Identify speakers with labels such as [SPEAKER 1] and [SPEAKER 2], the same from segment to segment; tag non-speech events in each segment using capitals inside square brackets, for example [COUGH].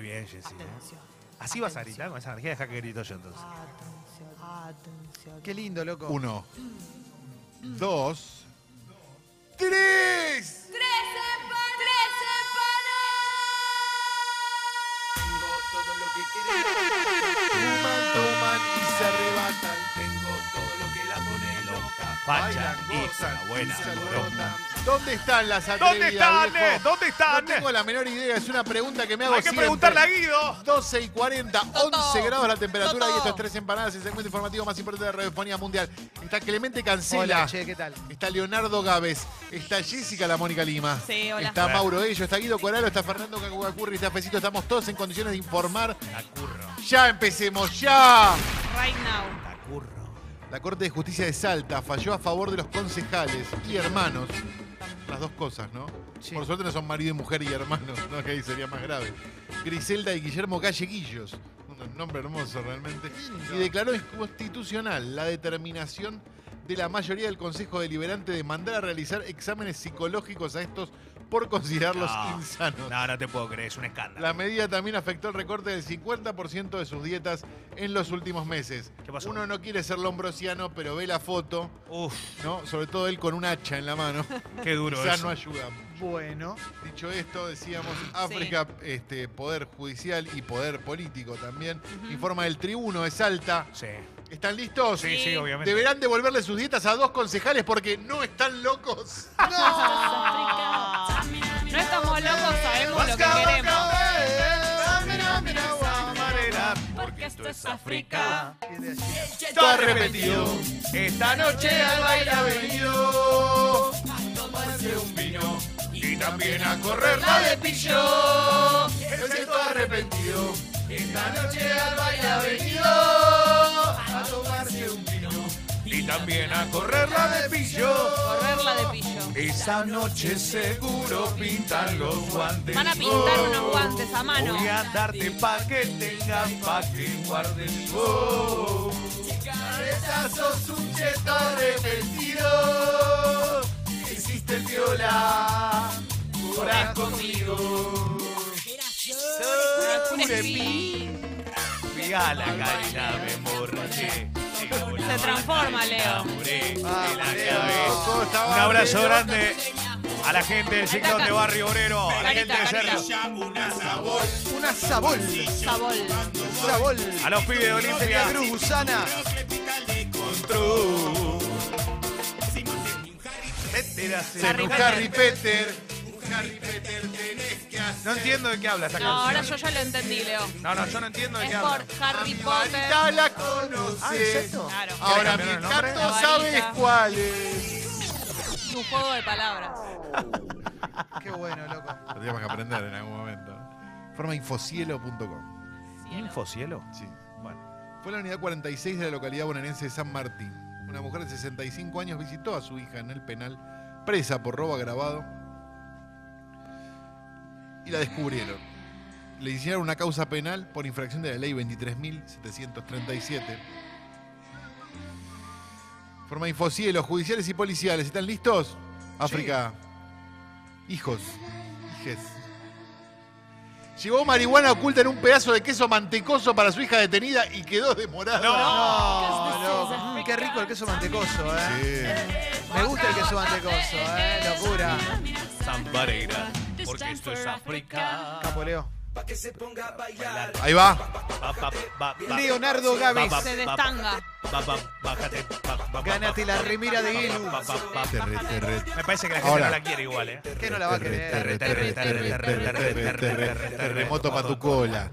[SPEAKER 1] ¿eh? Así vas a gritar con esa energía, deja que grito yo entonces.
[SPEAKER 2] Atención, atención.
[SPEAKER 3] Qué lindo, loco. Mm.
[SPEAKER 4] Uno. Dos. ¡Tres!
[SPEAKER 5] Tengo todo lo que quiere.
[SPEAKER 4] Fuman, toman y se arrebatan.
[SPEAKER 5] Tengo todo lo que la pone loca.
[SPEAKER 1] Facha,
[SPEAKER 4] Bailan,
[SPEAKER 1] hija,
[SPEAKER 4] gozan y
[SPEAKER 1] buena,
[SPEAKER 4] se
[SPEAKER 1] poronga.
[SPEAKER 4] alborotan. ¿Dónde están las
[SPEAKER 1] ¿Dónde
[SPEAKER 4] atrevidas,
[SPEAKER 1] están?
[SPEAKER 4] viejo?
[SPEAKER 1] eh? ¿Dónde
[SPEAKER 4] No
[SPEAKER 1] están?
[SPEAKER 4] tengo la menor idea, es una pregunta que me hago
[SPEAKER 1] Hay que
[SPEAKER 4] siempre.
[SPEAKER 1] preguntarle a Guido.
[SPEAKER 4] 12 y 40, 11 grados la temperatura
[SPEAKER 2] Toto.
[SPEAKER 4] y estos tres empanadas, el segmento informativo más importante de la radiofonía mundial. Está Clemente Cancela.
[SPEAKER 3] Hola, che, ¿qué tal?
[SPEAKER 4] Está Leonardo Gávez, está Jessica La Mónica Lima.
[SPEAKER 2] Sí, hola.
[SPEAKER 4] Está Mauro Ello, está Guido Coralo, está Fernando Cacugacurri, está Fecito. Estamos todos en condiciones de informar.
[SPEAKER 1] Tacurro,
[SPEAKER 4] ¡Ya empecemos! ¡Ya!
[SPEAKER 2] Right now.
[SPEAKER 1] tacurro.
[SPEAKER 4] La Corte de Justicia de Salta falló a favor de los concejales y hermanos. Las dos cosas, ¿no?
[SPEAKER 3] Sí.
[SPEAKER 4] Por suerte no son marido y mujer y hermanos, ¿no? que ahí sería más grave. Griselda y Guillermo Calle Guillos, un nombre hermoso realmente, y declaró inconstitucional la determinación de la mayoría del Consejo Deliberante de mandar a realizar exámenes psicológicos a estos por considerarlos
[SPEAKER 1] No.
[SPEAKER 4] insanos.
[SPEAKER 1] No, no te puedo creer, es un escándalo.
[SPEAKER 4] La medida también afectó el recorte del 50% de sus dietas en los últimos meses.
[SPEAKER 1] ¿Qué pasó?
[SPEAKER 4] Uno no quiere ser lombrosiano, pero ve la foto,
[SPEAKER 1] Uf,
[SPEAKER 4] [LAUGHS] ¿no? Sobre todo él con un hacha en la
[SPEAKER 1] [LAUGHS]
[SPEAKER 4] mano.
[SPEAKER 1] qué duro
[SPEAKER 4] Quizás no
[SPEAKER 1] eso.
[SPEAKER 4] ayuda.
[SPEAKER 3] Bueno,
[SPEAKER 4] Dicho esto, decíamos, África, este, poder judicial y poder político también. Informa del tribuno de Salta.
[SPEAKER 1] Sí,
[SPEAKER 4] ¿Están listos?
[SPEAKER 1] sí, sí, obviamente.
[SPEAKER 4] Deberán devolverle sus dietas a dos concejales porque no están locos.
[SPEAKER 2] No estamos locos, sabemos lo que
[SPEAKER 4] Vasca,
[SPEAKER 2] queremos.
[SPEAKER 4] vasca, eh, mira, mira, guamarena.
[SPEAKER 5] Porque esto es África.
[SPEAKER 3] quiere decir.
[SPEAKER 4] Está repetido.
[SPEAKER 1] Esta
[SPEAKER 5] Noche al baile ha venido. A tomarse un vino.
[SPEAKER 4] Y también a correr
[SPEAKER 5] La de pillo.
[SPEAKER 4] El sexto arrepentido.
[SPEAKER 5] Esta noche al baile ha venido. A tomarse un vino.
[SPEAKER 1] Y también a correr la de pillo.
[SPEAKER 2] Correrla de pillo.
[SPEAKER 5] Esa noche seguro pintan los guantes.
[SPEAKER 2] Van a pintar unos guantes a mano.
[SPEAKER 5] Voy a darte pa' que tengas, pa' que guardes vos. Careta sos un cheto arrepentido. Hiciste el viola, jurás conmigo.
[SPEAKER 2] Un
[SPEAKER 5] Soy
[SPEAKER 2] espí-
[SPEAKER 5] Fui a la calle, me emborraché. Llegó la
[SPEAKER 2] Se transforma,
[SPEAKER 5] banda y me
[SPEAKER 2] Leo.
[SPEAKER 5] enamoré de la
[SPEAKER 4] Leo.
[SPEAKER 5] cabeza.
[SPEAKER 4] ¿Cómo está,
[SPEAKER 1] Un
[SPEAKER 4] Barrio?
[SPEAKER 1] abrazo grande a la gente del ciclón de Barrio Obrero, a la gente de Cerro,
[SPEAKER 3] Una sabol.
[SPEAKER 2] Sabol.
[SPEAKER 3] Sabol.
[SPEAKER 1] a los pibes de
[SPEAKER 3] Celia
[SPEAKER 1] Olimpia.
[SPEAKER 3] Cruz, gusana.
[SPEAKER 4] Ser un Harry Peter. Un Harry Peter tenés que hacer.
[SPEAKER 1] No entiendo de qué habla esta
[SPEAKER 2] No, ahora
[SPEAKER 1] canción.
[SPEAKER 2] yo ya lo entendí, Leo.
[SPEAKER 1] No, no, yo no entiendo de qué
[SPEAKER 2] Es
[SPEAKER 1] habla.
[SPEAKER 2] por Harry
[SPEAKER 4] Mi
[SPEAKER 2] Potter.
[SPEAKER 4] varita la conoces.
[SPEAKER 3] Ah, ¿es esto?
[SPEAKER 2] Claro.
[SPEAKER 1] ¿Querés
[SPEAKER 4] Ahora,
[SPEAKER 1] cambiar el
[SPEAKER 4] mi
[SPEAKER 1] nombre?
[SPEAKER 4] tanto
[SPEAKER 2] La varita.
[SPEAKER 4] sabes cuál es.
[SPEAKER 2] Un juego de palabras.
[SPEAKER 3] Qué bueno, loco.
[SPEAKER 4] Tendríamos que aprender en algún momento. Forma infocielo.com.
[SPEAKER 1] ¿Infocielo?
[SPEAKER 4] Sí.
[SPEAKER 1] Bueno,
[SPEAKER 4] Fue la unidad 46 de la localidad bonaerense de San Martín. Una mujer de 65 años visitó a su hija en el penal, presa por robo agravado, y la descubrieron. Le hicieron una causa penal por infracción de la ley 23.737. Forma infocielos, judiciales y policiales. ¿Están listos? África. Hijos. Hijes. Llevó marihuana oculta en un pedazo de queso mantecoso para su hija detenida y quedó demorada.
[SPEAKER 3] No, loco. Mm, Qué rico el queso mantecoso, eh. Me gusta el queso mantecoso, eh. Locura.
[SPEAKER 5] Zambarera, porque esto es
[SPEAKER 3] Ah,
[SPEAKER 5] África.
[SPEAKER 3] Capoleo.
[SPEAKER 4] Ahí va.
[SPEAKER 1] va, va, va, va.
[SPEAKER 3] Leonardo Gávez.
[SPEAKER 1] Va, va,
[SPEAKER 2] Se
[SPEAKER 1] va,
[SPEAKER 2] destanga.
[SPEAKER 1] va, va, bájate, va, va, va,
[SPEAKER 3] Gánate la
[SPEAKER 1] va,
[SPEAKER 3] remera de
[SPEAKER 1] va,
[SPEAKER 3] Guilu.
[SPEAKER 1] va, va, va.
[SPEAKER 4] Terre, terre,
[SPEAKER 1] Me parece que la gente
[SPEAKER 4] Ahora.
[SPEAKER 1] no la quiere igual, ¿eh?
[SPEAKER 3] ¿Qué no la va a
[SPEAKER 4] terre,
[SPEAKER 3] querer?
[SPEAKER 4] terre, terre, terre, terre, terre, terre, Terremoto para tu cola.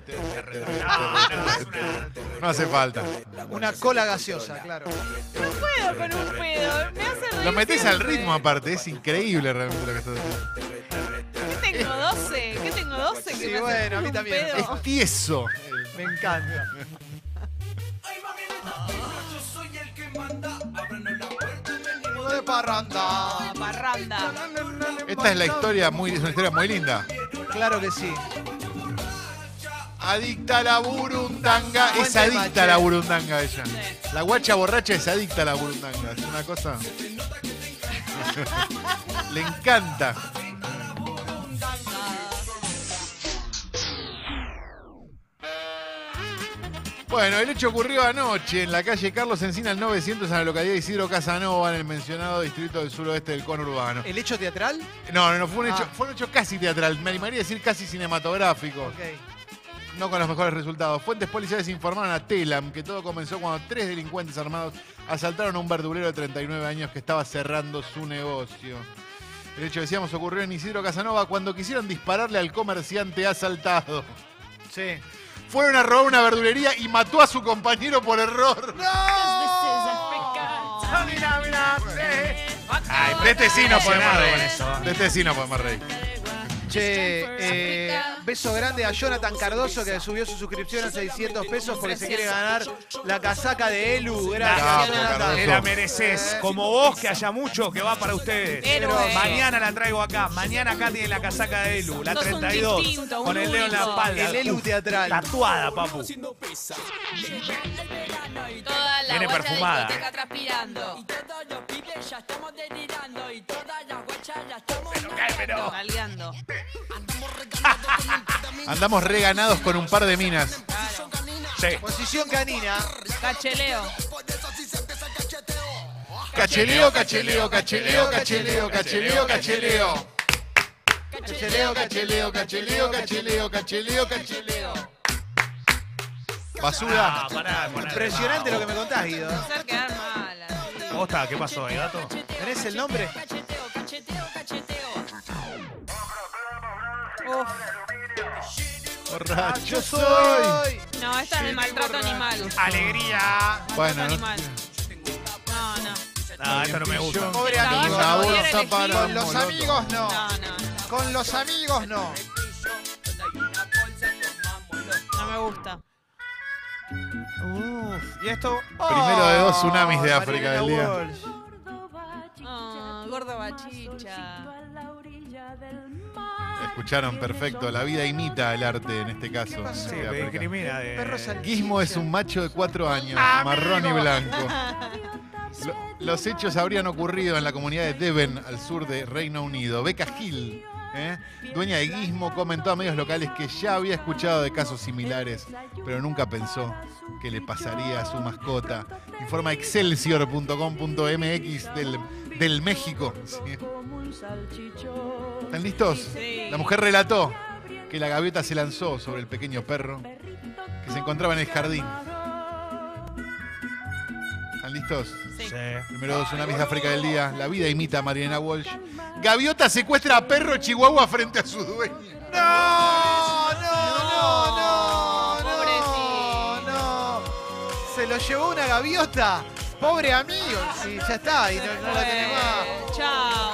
[SPEAKER 4] No hace falta.
[SPEAKER 3] Una cola gaseosa, claro.
[SPEAKER 2] No puedo con un pedo. Me hace reír.
[SPEAKER 4] Lo metes al
[SPEAKER 2] siempre.
[SPEAKER 4] ritmo aparte, es increíble realmente lo que estás haciendo.
[SPEAKER 2] ¿Qué tengo 12? ¿Qué tengo 12? Que
[SPEAKER 3] Sí,
[SPEAKER 2] me hace
[SPEAKER 3] bueno,
[SPEAKER 2] reír
[SPEAKER 3] a mí
[SPEAKER 2] un
[SPEAKER 3] también.
[SPEAKER 2] pedo?
[SPEAKER 4] Es tieso.
[SPEAKER 3] Me encanta.
[SPEAKER 5] Yo soy el que manda, ábranos la puerta y venimos
[SPEAKER 3] De parranda.
[SPEAKER 2] Ah, Parranda.
[SPEAKER 4] Esta es la historia muy, es una historia muy linda.
[SPEAKER 3] Claro que sí.
[SPEAKER 4] Adicta a la burundanga. Es
[SPEAKER 3] Buen tema,
[SPEAKER 4] adicta a la
[SPEAKER 3] che.
[SPEAKER 4] burundanga ella. La guacha borracha es adicta a la burundanga. Es una
[SPEAKER 3] [LAUGHS]
[SPEAKER 4] cosa. Le encanta. Bueno, el hecho ocurrió anoche en la calle Carlos Encina al 900 en la localidad de Isidro Casanova, en el mencionado distrito del suroeste del conurbano.
[SPEAKER 3] ¿El hecho teatral?
[SPEAKER 4] No, no, no, fue un hecho,
[SPEAKER 3] Eh. Ah.
[SPEAKER 4] fue un hecho casi teatral, me animaría a decir casi cinematográfico.
[SPEAKER 3] Ok.
[SPEAKER 4] No con los mejores resultados. Fuentes policiales informaron a Telam que todo comenzó cuando tres delincuentes armados asaltaron a un verdulero de 39 años que estaba cerrando su negocio. El hecho, decíamos, ocurrió en Isidro Casanova cuando quisieron dispararle al comerciante asaltado.
[SPEAKER 3] Sí.
[SPEAKER 4] Fueron a robar una verdulería y mató a su compañero por error.
[SPEAKER 1] Ay, pero este sí no fue nada con eso.
[SPEAKER 4] De este sí no podemos reír.
[SPEAKER 3] Che, eh, beso grande a Jonathan Cardoso que subió su suscripción a 600 pesos porque se quiere ganar la casaca de Elu. Gracias,
[SPEAKER 4] Capo,
[SPEAKER 3] Jonathan.
[SPEAKER 4] Cardoso.
[SPEAKER 1] Te la mereces. Como vos, que haya mucho que va para ustedes.
[SPEAKER 2] Héroe.
[SPEAKER 1] Mañana la traigo acá. Mañana acá tiene la casaca de Elu, la
[SPEAKER 2] Sos un
[SPEAKER 1] 32.
[SPEAKER 2] distinto, un
[SPEAKER 1] Con el dedo en la
[SPEAKER 2] único.
[SPEAKER 1] espalda.
[SPEAKER 3] El Elu teatral.
[SPEAKER 1] Tatuada, papu.
[SPEAKER 2] Toda la
[SPEAKER 1] Viene
[SPEAKER 2] guacha
[SPEAKER 1] perfumada.
[SPEAKER 2] de discoteca transpirando.
[SPEAKER 6] Todos los pibes ya estamos delirando y todas las guachas ya estamos
[SPEAKER 1] Pero,
[SPEAKER 2] Maldeando.
[SPEAKER 4] Andamos reganados con un par de minas.
[SPEAKER 2] Claro.
[SPEAKER 1] sí.
[SPEAKER 3] Posición canina.
[SPEAKER 2] Cacheleo.
[SPEAKER 4] Cacheleo, cacheleo, cacheleo, cacheleo, cacheleo, cacheleo. Cacheleo, cacheleo, cacheleo, cacheleo, cacheleo, cacheleo. Basura.
[SPEAKER 1] Ah, pará, pará.
[SPEAKER 3] Impresionante lo que me contás, Guido.
[SPEAKER 2] Hacer quedar mal.
[SPEAKER 1] ¿Cómo está? ¿Qué pasó ahí, gato?
[SPEAKER 3] ¿Tenés el nombre?
[SPEAKER 6] cacheteo, cacheteo, cacheteo.
[SPEAKER 4] Borracho soy.
[SPEAKER 2] No, esta es el maltrato animal.
[SPEAKER 1] Alegría.
[SPEAKER 2] Maltrato
[SPEAKER 4] Bueno,
[SPEAKER 2] animal. No, no.
[SPEAKER 1] No, esto no me gusta.
[SPEAKER 3] Pobre
[SPEAKER 2] Caballo
[SPEAKER 3] amigo.
[SPEAKER 2] no
[SPEAKER 4] La bolsa
[SPEAKER 2] quiere elegir.
[SPEAKER 4] para
[SPEAKER 3] Con los amigos no.
[SPEAKER 2] No, no.
[SPEAKER 3] Con los amigos no.
[SPEAKER 2] No me gusta.
[SPEAKER 3] Uf, y esto.
[SPEAKER 4] Primero de dos tsunamis de
[SPEAKER 3] Oh,
[SPEAKER 4] África del
[SPEAKER 3] Marielena
[SPEAKER 4] día.
[SPEAKER 3] Walsh.
[SPEAKER 2] Ah, gordo bachicha.
[SPEAKER 4] Escucharon perfecto. La vida imita el arte en este caso.
[SPEAKER 3] pasó?
[SPEAKER 1] Sí,
[SPEAKER 4] De
[SPEAKER 1] me
[SPEAKER 4] África.
[SPEAKER 1] discrimina de.
[SPEAKER 3] Perro salchicha.
[SPEAKER 4] Guismo es un macho de cuatro años, marrón y blanco. Lo- los hechos habrían ocurrido en la comunidad de Devon, al sur de Reino Unido. Becca Hill, ¿eh? dueña de Guismo, comentó a medios locales que ya había escuchado de casos similares, pero nunca pensó que le pasaría a su mascota. Informa excelsior.com.mx del, del México. [LAUGHS] Sí. ¿Están listos?
[SPEAKER 2] Sí.
[SPEAKER 4] La mujer relató que la gaviota se lanzó sobre el pequeño perro que se encontraba en el jardín. ¿Están listos?
[SPEAKER 2] Sí.
[SPEAKER 1] Sí.
[SPEAKER 4] Primero dos tsunamis de África del día. La vida imita a Mariana Walsh. Gaviota secuestra a perro chihuahua frente a su dueño.
[SPEAKER 3] No, no, no, no,
[SPEAKER 2] Pobrecito.
[SPEAKER 3] no, no. Se lo llevó una gaviota. Pobre amigo. Sí, ya está, y no, no la tenemos más.
[SPEAKER 2] Chao.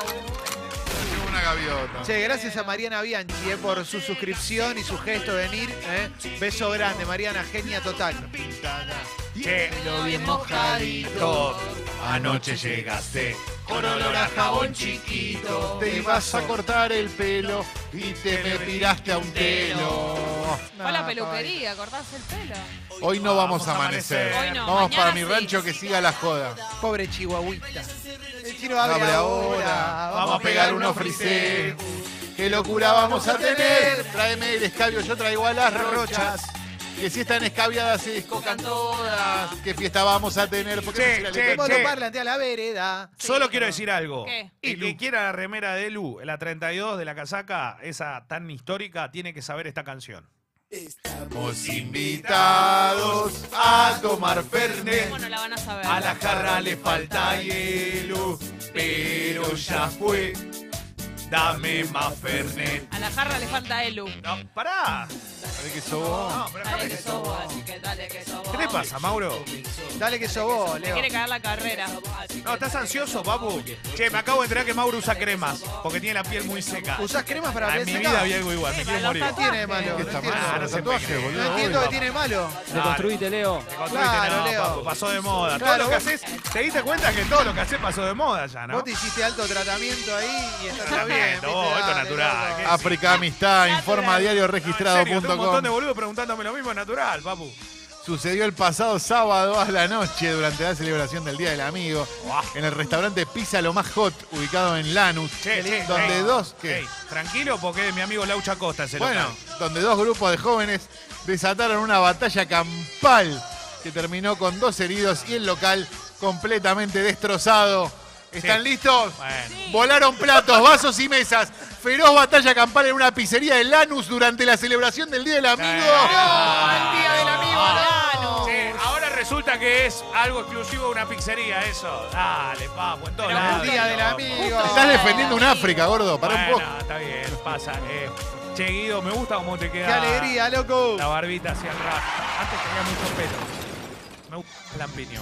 [SPEAKER 4] Una gaviota.
[SPEAKER 3] Che, gracias a Mariana Bianchi eh, por su suscripción y su gesto de venir. eh. Beso grande, Mariana, genia total.
[SPEAKER 1] Che,
[SPEAKER 2] Lo bien mojadito.
[SPEAKER 1] Anoche llegaste
[SPEAKER 4] Con olor a jabón chiquito. Te ibas a cortar el pelo y te me tiraste a un telo.
[SPEAKER 2] Fue a la peluquería, cortarse el pelo.
[SPEAKER 4] Hoy no vamos
[SPEAKER 1] Vamos
[SPEAKER 4] a
[SPEAKER 1] a
[SPEAKER 4] amanecer.
[SPEAKER 1] amanecer.
[SPEAKER 2] Hoy no,
[SPEAKER 4] Vamos
[SPEAKER 2] mañana
[SPEAKER 4] para mi
[SPEAKER 2] sí.
[SPEAKER 4] rancho que siga la joda.
[SPEAKER 3] Pobre chihuahuita. El chino abre, ahora.
[SPEAKER 4] Vamos a pegar unos friseos. Qué locura vamos a tener. Tráeme el escabio, yo traigo a las rochas. Que si están escabiadas se descocan todas. Qué fiesta vamos a tener. ¿Por qué
[SPEAKER 1] Che,
[SPEAKER 4] no se la
[SPEAKER 1] che,
[SPEAKER 4] levantan?
[SPEAKER 3] Vamos
[SPEAKER 1] che.
[SPEAKER 3] a parlante a la vereda.
[SPEAKER 1] Solo quiero decir algo.
[SPEAKER 2] ¿Qué?
[SPEAKER 1] El que quiera la remera de Elu, la 32 de la casaca, esa tan histórica, tiene que saber esta canción.
[SPEAKER 4] Estamos invitados a tomar fernet.
[SPEAKER 2] ¿Cómo no la van a saber?
[SPEAKER 5] A la jarra le falta hielo, pero ya fue. Dame más Fernet.
[SPEAKER 2] A la jarra le falta Elu.
[SPEAKER 1] No, pará. No, pero
[SPEAKER 2] Dale
[SPEAKER 1] déjame
[SPEAKER 2] que
[SPEAKER 1] que-
[SPEAKER 2] sobo, así que dale que sobo.
[SPEAKER 1] ¿Qué te pasa, Mauro?
[SPEAKER 3] Dale que sos vos,
[SPEAKER 2] Te
[SPEAKER 3] Leo.
[SPEAKER 2] quiere caer la carrera.
[SPEAKER 1] No, ¿estás ansioso, papu? Che, me acabo de enterar que Mauro usa cremas, porque tiene la piel muy seca. Ah,
[SPEAKER 3] ¿Usás cremas para
[SPEAKER 1] En
[SPEAKER 3] piel
[SPEAKER 1] mi
[SPEAKER 3] seca?
[SPEAKER 1] vida había algo igual, me
[SPEAKER 2] Sí,
[SPEAKER 1] quiero
[SPEAKER 2] para
[SPEAKER 1] morir.
[SPEAKER 2] los
[SPEAKER 3] ¿Qué tiene de malo?
[SPEAKER 4] ¿Qué
[SPEAKER 3] No
[SPEAKER 4] está
[SPEAKER 3] entiendo.
[SPEAKER 1] mal?
[SPEAKER 4] mal?
[SPEAKER 1] Ah, no se
[SPEAKER 4] Tatuaje,
[SPEAKER 1] pegue.
[SPEAKER 3] No
[SPEAKER 4] boludo.
[SPEAKER 3] entiendo qué
[SPEAKER 4] Uy,
[SPEAKER 3] tiene de malo.
[SPEAKER 1] Claro,
[SPEAKER 7] Leo.
[SPEAKER 1] te construiste,
[SPEAKER 3] Claro,
[SPEAKER 1] no,
[SPEAKER 3] Leo.
[SPEAKER 1] papu, pasó de moda.
[SPEAKER 3] Claro,
[SPEAKER 1] todo lo que
[SPEAKER 3] vos-
[SPEAKER 1] haces, te diste cuenta que todo lo que haces pasó de moda ya, ¿no?
[SPEAKER 3] Vos te hiciste alto tratamiento ahí y está todo bien.
[SPEAKER 1] Tratamiento, vos,
[SPEAKER 3] ¿viste?
[SPEAKER 1] esto es
[SPEAKER 3] Dale,
[SPEAKER 1] natural.
[SPEAKER 3] loco.
[SPEAKER 1] ¿qué?
[SPEAKER 4] África Amistad, informa diario
[SPEAKER 1] No, en serio, tengo un montón de
[SPEAKER 4] registrado.com.
[SPEAKER 1] boludo preguntándome lo mismo, es natural, papu.
[SPEAKER 4] Sucedió el pasado sábado a la noche durante la celebración del Día del Amigo
[SPEAKER 1] Buah.
[SPEAKER 4] en el restaurante Pizza Lo Más Hot, ubicado en Lanús,
[SPEAKER 1] Che, che,
[SPEAKER 4] donde
[SPEAKER 1] ey,
[SPEAKER 4] dos que
[SPEAKER 1] ey, tranquilo porque es mi amigo Laucha Costa es el
[SPEAKER 4] Bueno,
[SPEAKER 1] local.
[SPEAKER 4] donde dos grupos de jóvenes desataron una batalla campal que terminó con dos heridos y el local completamente destrozado. ¿Están listos?
[SPEAKER 1] Bueno.
[SPEAKER 4] Volaron platos, vasos y mesas. Feroz batalla campal en una pizzería de Lanús durante la celebración del Día del Amigo.
[SPEAKER 1] Eh, No,
[SPEAKER 3] el día del amigo, no.
[SPEAKER 1] ah, Che, ahora resulta que es algo exclusivo de una pizzería eso. Dale, papo, en todos lados.
[SPEAKER 3] El día del
[SPEAKER 1] loco.
[SPEAKER 3] amigo.
[SPEAKER 4] Estás defendiendo un África, gordo. Para un
[SPEAKER 1] Bueno,
[SPEAKER 4] poco.
[SPEAKER 1] está bien, pasa. eh. Che, Guido, me gusta cómo te
[SPEAKER 3] ¡Qué
[SPEAKER 1] queda.
[SPEAKER 3] alegría, loco!
[SPEAKER 1] La barbita hacia atrás. Antes tenía mucho pelo. Me gusta el lampiño.